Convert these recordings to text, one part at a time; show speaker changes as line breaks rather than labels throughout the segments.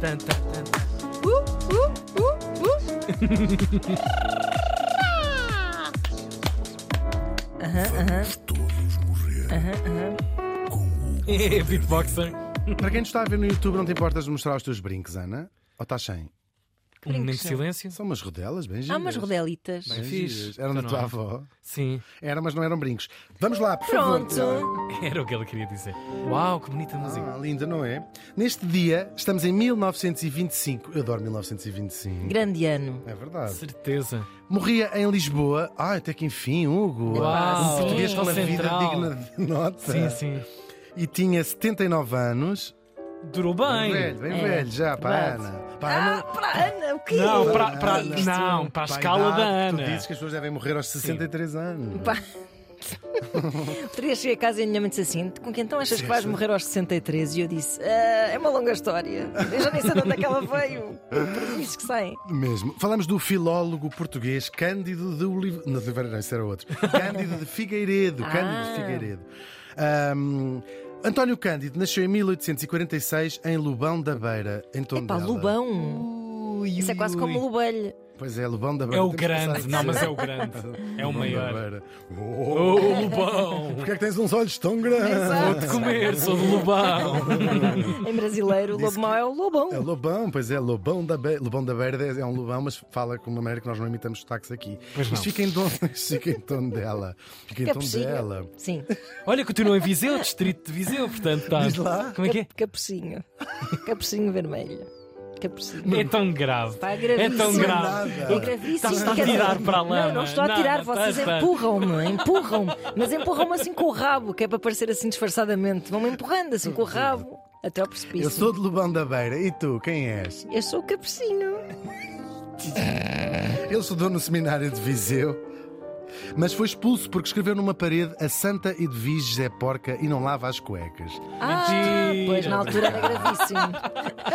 tan, tan, tan, tan.
Uh, uh, uh, uh.
Todos morrer com o
É Beatboxer.
Para quem nos está a ver no YouTube, não te importas de mostrar os teus brincos, Ana? Ou estás sem?
Um momento de silêncio.
São umas rodelas, bem giras.
Há umas rodelitas.
Bem
Bem
fixe.
giras. Eram da
Então
tua
não.
avó.
Sim,
Eram, mas não eram brincos. Vamos lá, por favor.
Pronto.
era o que ele queria dizer. Uau, que bonita música.
Ah, linda, não é? Neste dia, estamos em 1925. Eu adoro 1925.
Grande ano.
É verdade.
Certeza.
Morria em Lisboa. Ah, até que enfim, Hugo.
Uau,
um português
Ah, sim.
com uma vida
Central.
digna de nota.
Sim, sim.
E tinha 79 anos.
Durou
Bem
bem.
velho, bem
É,
velho, já, para a
verdade. Ah,
Ana. Para a Ana.
Para Ana, o quê?
Não, para, para,
Que é isto?
não, para a
Para
escala da
idade que
Ana.
Ah, Tu dizes que as pessoas devem morrer aos 63 anos.
Pá. Outro dia cheguei a casa e a minha mãe disse assim: Com que então achas que vais morrer aos 63? E eu disse: "Ah, É uma longa história. Eu já nem sei de onde é que ela veio. Prejuízos que saem.
Mesmo. Falamos do filólogo português Cândido de Oliveira. Não, de Oliveira não, isso era outro. Cândido de Figueiredo. Cândido
Ah.
de Figueiredo. Ahm, António Cândido nasceu em 1846 em Lubão da Beira, em
Epá,
Tondela.
Lubão.
Ui,
Isso é
ui,
quase
ui.
como Lubelho.
Pois é, Lubão da
É
Beira.
o
Temos que
grande,
passar
não,
isso.
mas é o grande. É o
Lubão da
maior.
Beira.
Oh,
Oh,
Lubão!
Porquê é que tens uns olhos tão grandes?
Vou-te comer, sou do Lubão!
Em brasileiro, o lobo mau é o lobão.
É Lobão, pois é, Lobão da, Be... Lobão da Beira é um Lobão, mas fala com uma maneira que nós não imitamos sotaques aqui.
Pois não.
Isto fica em tom, isto fica em tom dela. Fica
é
é
em tom dela.
Capucinho. Sim,
Olha, continua em Viseu, distrito de Viseu, portanto tá.
Diz lá.
Como é que é?
capucinho. Capucinho vermelho. Capucinho.
É tão grave.
Pá,
É
gravíssimo.
tão grave.
É gravíssimo.
Estás-te a
quer dizer,
tirar para a lama.
Não, não estou a
Não,
tirar,
não
vocês
estás, estás.
empurram-me, empurram-me. Mas empurram-me assim com o rabo, que é para parecer assim disfarçadamente. Vão-me empurrando assim com o rabo até ao precipício.
Eu sou de Lobão da Beira. E tu, quem és?
Eu sou o capucinho.
Ele estudou no seminário de Viseu, mas foi expulso porque escreveu numa parede a Santa Edviges é porca e não lava as cuecas.
Ah,
Mentira.
pois na altura era gravíssimo.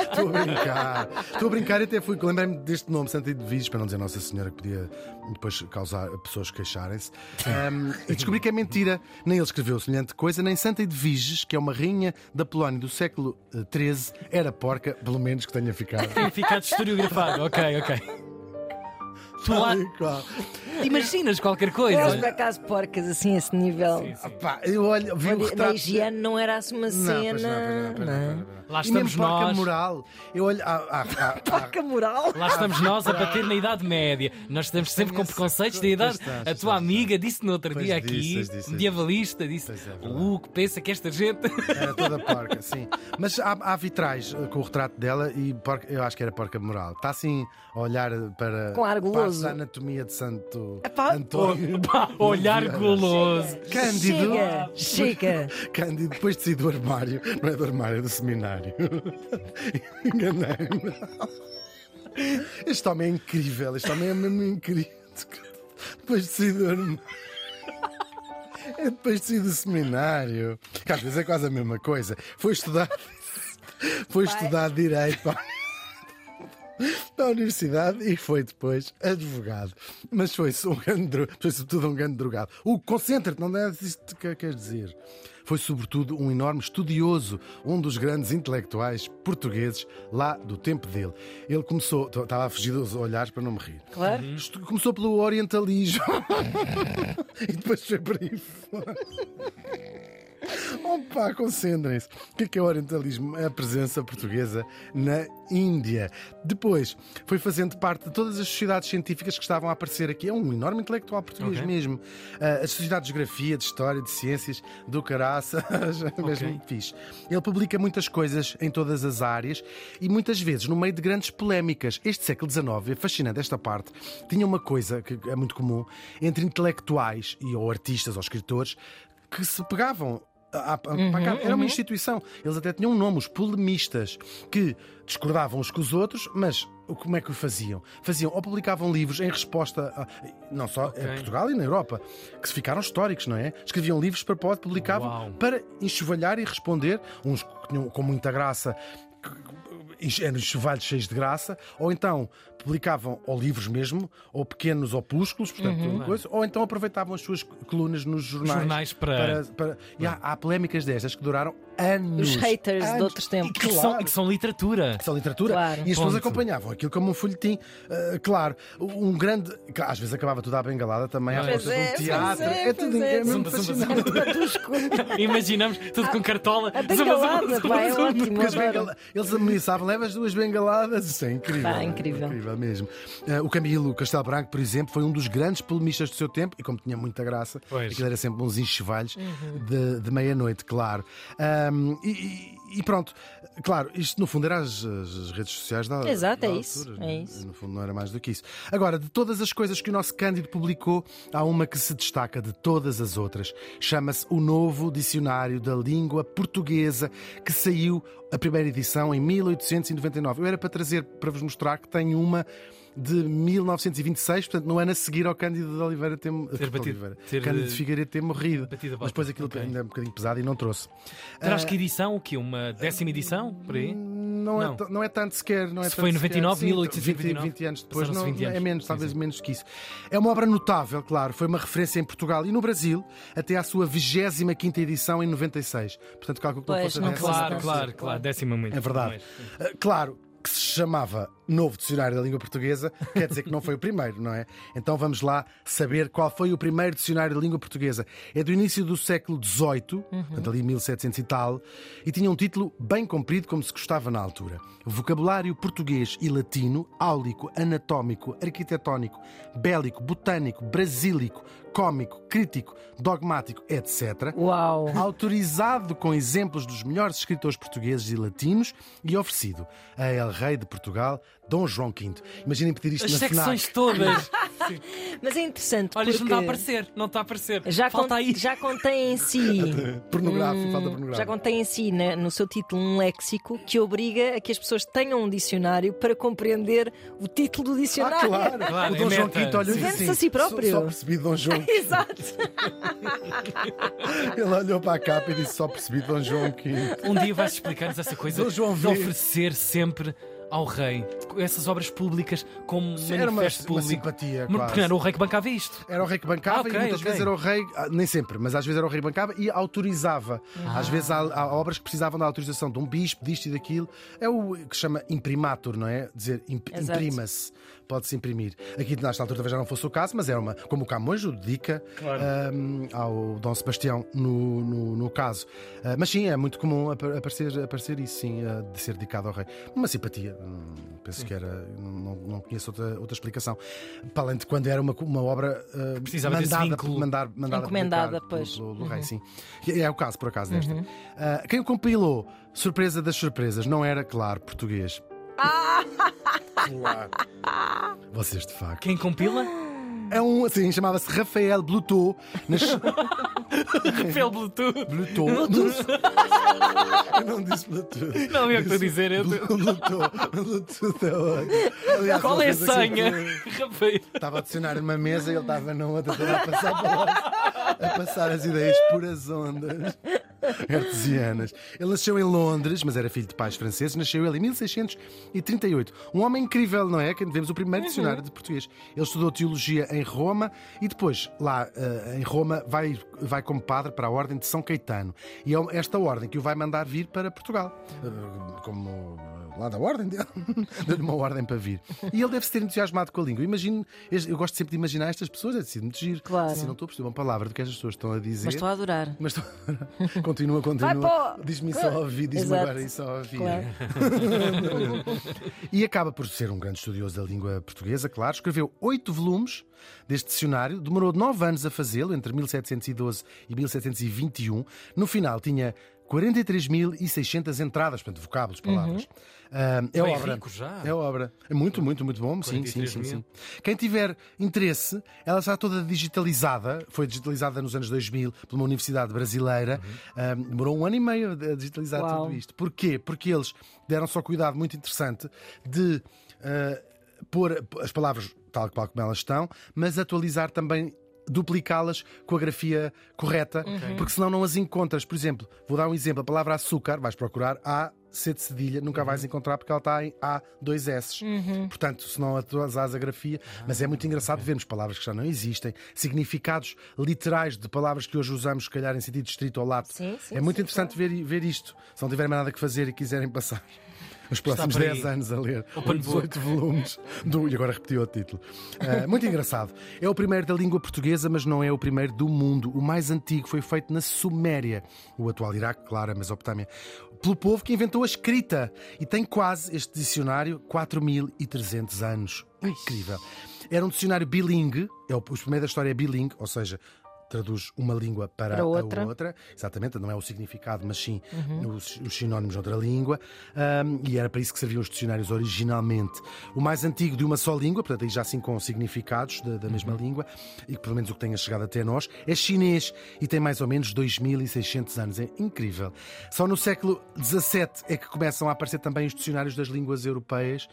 Estou a brincar. Estou a brincar e até fui. Lembrei-me deste nome, Santa Edviges, para não dizer Nossa Senhora, que podia depois causar pessoas queixarem-se. Ahm, e descobri que é mentira. Nem ele escreveu semelhante coisa, nem Santa Edviges, que é uma rainha da Polónia do século eh, XIII, era porca, pelo menos que tenha ficado.
Tem ficado historiografado. Ok, ok. Tu lá-
Tal e qual.
Imaginas qualquer
Elas
coisa.
por acaso porcas assim a esse nível.
Sim, sim.
Pá, eu olho, vi o
Onde Na
retrato.
higiene não era assim uma
Não, pois não,
cena.
pois não, pois não,
não é?
pois não.
Lá
E mesmo
estamos
porca
nós.
moral. Eu olho. ah, ah, ah, ah,
Porca moral.
Lá estamos nós a bater na Idade Média. Nós estamos sempre com
esse-
preconceitos da
Pois
idade.
estás,
A
pois
tua
estás.
amiga disse no outro
Pois
dia
disse,
aqui,
pois disse, pois
medievalista, disse:
Pois é, verdade.
Uh, que pensa que esta gente.
Era toda porca, sim. Mas há, há vitrais eh, com o retrato dela e porca- eu acho que era porca moral. Está assim a olhar para
Com ar goloso.
para a anatomia de Santo
Epá.
António.
Pá, Olhar guloso.
Cândido.
Chega, chega.
Cândido, depois de sair do armário, não é do armário, é do seminário. Enganei-me. Este homem é incrível, este homem é mesmo incrível. Depois de sair do armário. É depois de sair do seminário. Cá, às vezes é quase a mesma coisa. Foi estudar. Foi estudar direito para para a universidade e foi depois advogado. Mas foi-se um grande drogado, foi sobretudo um grande drogado. O concentra-te, não é isto que queres dizer. Foi sobretudo um enorme estudioso, um dos grandes intelectuais portugueses lá do tempo dele. Ele começou, estava a fugir dos olhares para não me rir.
Claro.
Isto Começou pelo orientalismo e depois foi para aí fora. Opa, concentrem-se. O que é, que é o orientalismo? É a presença portuguesa na Índia. Depois, foi fazendo parte de todas as sociedades científicas que estavam a aparecer aqui. É um enorme intelectual português
Ok.
mesmo. Ah, as sociedades de geografia, de história, de ciências, do caraças, mesmo fixe. Ele publica muitas coisas em todas as áreas e muitas vezes no meio de grandes polémicas. Este século XIX, é fascinante esta parte, tinha uma coisa que é muito comum entre intelectuais e ou artistas ou escritores que se pegavam. à- à- para cá. Era uma instituição. Eles até tinham um nome, os polemistas, que discordavam uns com os outros, mas o- como é que o faziam? Faziam ou publicavam livros em resposta, a, não só em
Ok.
Portugal e na Europa, que se ficaram históricos, não é? Escreviam livros para pode publicavam
Uau.
para enxovalhar e responder, uns que tinham com muita graça, que- que- eram enxovalhos cheios de graça, ou então publicavam ou livros mesmo, ou pequenos opúsculos, portanto, uma coisa, ou então aproveitavam as suas colunas nos jornais.
Uhum. Jornais para- Uhum.
para- E há, há polémicas destas que duraram anos.
Os haters
anos.
de outros tempos.
Que, são, que são literatura.
São literatura
Claro.
e as pessoas
Ponto.
acompanhavam aquilo como um folhetim. ah, claro, um grande. claro, Às vezes acabava tudo à bengalada também, às
Pois
vezes
é,
um
pois
teatro.
é,
É tudo
pois é.
é mesmo
Zumba, zumba, zumba.
fascinante.
Patusco.
Imaginamos tudo com cartola.
A bengalada, pá, é ótimo.
Porque as
adoro.
bengala- Eles ameaçavam, leva as duas bengaladas. Isso é incrível.
Pá, Ah, incrível.
mesmo. Ah, o Camilo Castelo Branco, por exemplo, foi um dos grandes polemistas do seu tempo e, como tinha muita graça,
Pois.
aquilo era sempre uns enxovalhos
Uhum.
de, de meia-noite, claro. Ahm, e, e- e pronto, claro, isto no fundo era as, as redes sociais da.
Exato,
da
é isso,
altura,
é
né?
isso.
No fundo, não era mais do que isso. Agora, de todas as coisas que o nosso Cândido publicou, há uma que se destaca de todas as outras. Chama-se O Novo Dicionário da Língua Portuguesa, que saiu a primeira edição em 1899. Eu era para trazer, para vos mostrar, que tenho uma de 1926, portanto, no ano a seguir ao Cândido de Oliveira ter, de
batido-
Oliveira.
ter,
Cândido
eh,
de Figueiredo ter morrido.
batido a
Mas depois
bota.
aquilo
Ok.
ainda é um bocadinho pesado e não trouxe.
Terás
Ah.
que edição? O quê? Uma décima edição? Por aí?
Não,
Não.
É, t- não é tanto sequer. Não é
Se foi em
tanto sequer.
99,
Sim,
1899.
20, 20 anos depois, não,
Passaram-se 20
não é
anos.
menos,
Sim,
talvez
sim.
menos que isso. É uma obra notável, claro. Foi uma referência em Portugal e no Brasil até à sua 25 edição em 96. Portanto, calculo que não
Pois,
fosse a
não
décima.
fosse
Claro,
Sim,
claro,
sim.
claro. Décima muito.
É verdade.
Mas-
Ah, Claro que se chamava Novo Dicionário da Língua Portuguesa, quer dizer que não foi o primeiro, não é? Então vamos lá saber qual foi o primeiro dicionário da língua portuguesa. É do início do século XVIII, portanto ali 1700 e tal, e tinha um título bem comprido, como se gostava na altura. Vocabulário português e latino, áulico, anatómico, arquitetónico, bélico, botânico, brasílico, cômico, crítico, dogmático, etc
Uau.
autorizado com exemplos dos melhores escritores portugueses e latinos e oferecido a El Rei de Portugal, Dom João V. Imaginem pedir isto
As
na
secções
FNAC.
todas.
Mas é interessante.
Olha, isto não está a
porque
aparecer. Não está a aparecer.
já,
Falta
con-
aí.
já contém em si.
Pornográfico,
Hum,
falta
Já
pornográfico.
contém em si né, no seu título um léxico que obriga a que as pessoas tenham um dicionário para compreender o título do
Ah,
dicionário.
claro.
Claro,
o Dom
é
João
meta.
V olhou e
Vende-se
disse assim,
a si próprio.
Só, só percebi Dom João.
Exato.
Ele olhou para a capa e disse só percebi Dom João V.
Um dia vais explicar-nos essa coisa
Dom João
de
V.
oferecer sempre ao rei essas obras públicas como
Era uma,
manifesto
uma
público.
simpatia
Mas
quase.
porque não era o rei que bancava isto.
Era o rei que bancava
Ah, ok,
e muitas
ok.
vezes era o rei, ah, nem sempre, mas às vezes era o rei que bancava e autorizava. Às vezes há, há obras que precisavam da autorização de um bispo, disto e daquilo. É o que se chama imprimatur, não é? Dizer, imp-
Exato.
imprima-se, pode-se imprimir. Aqui nesta altura talvez já não fosse o caso, mas era uma, como o Camões o dedica ahm, ao Dom Sebastião no, no, no caso. Ah, mas sim, é muito comum apa- aparecer, aparecer isso, sim, ah, de ser dedicado ao rei. Uma simpatia, hum, penso que era, não, não conheço outra, outra explicação. Para além de quando era uma, co- uma obra ah,
Precisava desse
mandada,
vínculo.
mandar, mandada
Encomendada,
publicar do-
pois. Uhum.
Do, do rei, sim. E É o caso, por acaso, desta. Ah, quem o compilou? Surpresa das surpresas. Não era, claro, português. Claro. Vocês, de facto.
Quem compila?
É um, assim, chamava-se Rafael Bluetooth. Nas...
Pelo Bluetooth.
Bluetooth. Eu não disse Bluetooth.
Não, é eu estou a dizer. Eu...
Blu- Bluetooth. Bluetooth é ótimo. Aliás,
Qual
uma
é a
coisa assim. que eu
senha?
tenho-
Rafael.
Estava a adicionar numa mesa e ele estava na outra, estava a passar para a passar as ideias por as ondas artesianas. Ele nasceu em Londres, mas era filho de pais franceses. Nasceu ele em 1638. Um homem incrível, não é? Que vemos o primeiro dicionário de português. Ele estudou teologia em Roma e depois, lá eh, em Roma, vai, vai como padre para a Ordem de São Caetano. E é esta ordem que o vai mandar vir para Portugal. Eh, Como eh, lá da ordem dele. Deu-lhe uma ordem para vir. E ele deve-se ter entusiasmado com a língua. Imagino, eu gosto sempre de imaginar estas pessoas, é de ser muito giro.
Claro.
Assim, não estou a perceber uma palavra do que estas pessoas estão a dizer.
Mas estou a adorar.
Mas tu- continua,
Vai
continua.
pô-
Diz-me só a ouvir, diz-me
Exato.
agora isso a ouvir.
Claro.
E acaba por ser um grande estudioso da língua portuguesa, claro. Escreveu oito volumes deste dicionário, demorou nove anos a fazê-lo, entre 1712 e 1721. No final tinha 43.600 entradas, portanto, vocábulos, palavras.
Uhum.
Ah, é
Bem
obra.
rico já.
É obra. É muito, muito, muito bom. Sim, sim,
43
sim,
mil.
sim. Quem tiver interesse, ela está toda digitalizada. Foi digitalizada nos anos 2000 por uma universidade brasileira. Ah, demorou um ano e meio a digitalizar
Uau.
tudo isto. Porquê? Porque eles deram só cuidado muito interessante de ah, pôr as palavras tal qual como elas estão, mas atualizar também. Duplicá-las com a grafia
Uhum.
correta, porque senão não as encontras. Por exemplo, vou dar um exemplo: a palavra açúcar, vais procurar A C de cedilha, nunca
Uhum.
vais encontrar porque ela está em A, dois S. Portanto, se não atrasares a grafia.
Ah,
Mas é muito engraçado vermos palavras que já não existem, significados literais de palavras que hoje usamos, se calhar, em sentido estrito ou lato.
Sim, sim,
é muito
sim,
interessante ver, ver isto. Se não tiverem mais nada que fazer e quiserem passar. Os próximos
por aí.
10 anos a ler
Open
os 18 volumes do. E agora repetiu o título. Ah, muito engraçado. É o primeiro da língua portuguesa, mas não é o primeiro do mundo. O mais antigo foi feito na Suméria, o atual Iraque, claro, a Mesopotâmia, pelo povo que inventou a escrita. E tem quase este dicionário 4.300 anos. Incrível. Era um dicionário bilingue, é o, o primeiro da história é bilingue, ou seja, traduz uma língua para,
Para outra.
a outra, exatamente, não é o significado, mas sim os, os sinónimos de outra língua, Ahm, e era para isso que serviam os dicionários originalmente. O mais antigo de uma só língua, portanto, aí já assim com significados da, da mesma língua, e que pelo menos o que tenha chegado até nós, é chinês e tem mais ou menos 2600 anos, é incrível. Só no século XVII é que começam a aparecer também os dicionários das línguas europeias.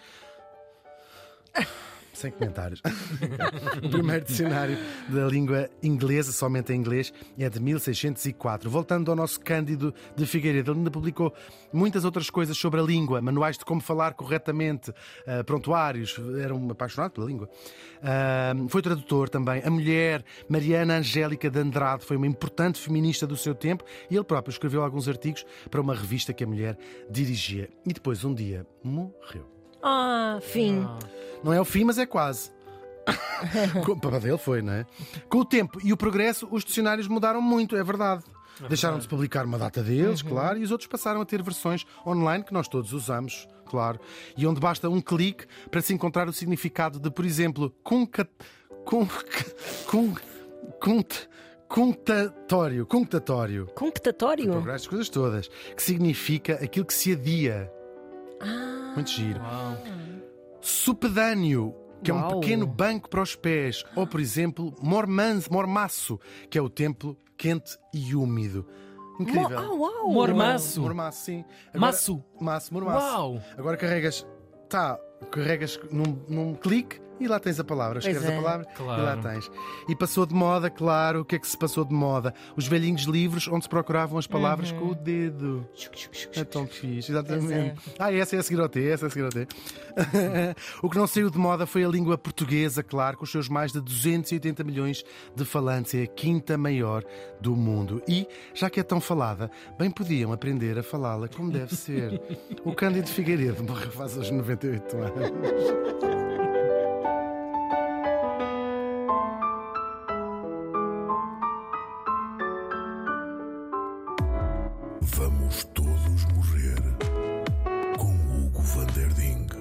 Sem comentários. o primeiro dicionário da língua inglesa, somente em inglês, é de 1604. Voltando ao nosso Cândido de Figueiredo, ele ainda publicou muitas outras coisas sobre a língua, manuais de como falar corretamente, eh, prontuários, era um apaixonado pela língua. Ah, foi tradutor também. A mulher, Mariana Angélica de Andrade, foi uma importante feminista do seu tempo e ele próprio escreveu alguns artigos para uma revista que a mulher dirigia. E depois, um dia, morreu.
Ah, fim.
Não é o fim, mas é quase. Com- Para dele foi, não é? Com o tempo e o progresso, os dicionários mudaram muito, é verdade. Uhum. Deixaram de se publicar uma data deles, claro, e os outros passaram a ter versões online que nós todos usamos, claro, e onde basta um clique para se encontrar o significado de, por exemplo, conca... conca... con- cont- contatório. Contatório.
Computatório?
Progresso, as coisas todas. Que significa aquilo que se adia.
Ah,
Muito giro.
Uau.
Supedâneo, que é
Uau.
um pequeno banco para os pés. Ou, por exemplo, mormans, mormaço, que é o templo quente e úmido.
Mo-
Incrível.
Ah, uau!
Mormaço.
Mormaço, sim.
Maço.
Maço, mormaço.
Uau.
Agora carregas, tá, carregas num, num clique e lá tens a palavra.
Pois
Escreves
é.
a palavra
Claro.
e lá tens. E passou de moda, claro. O que é que se passou de moda? Os velhinhos livros onde se procuravam as palavras com o dedo. É tão fixe, exatamente. Ah, essa é a seguir ao T, essa é a seguir ao T. o que não saiu de moda foi a língua portuguesa, claro, com os seus mais de 280 milhões de falantes. É a quinta maior do mundo. E, já que é tão falada, bem podiam aprender a falá-la como deve ser. o Cândido Figueiredo morreu faz aos 98 anos.
Vamos todos morrer com Hugo Van Der Ding.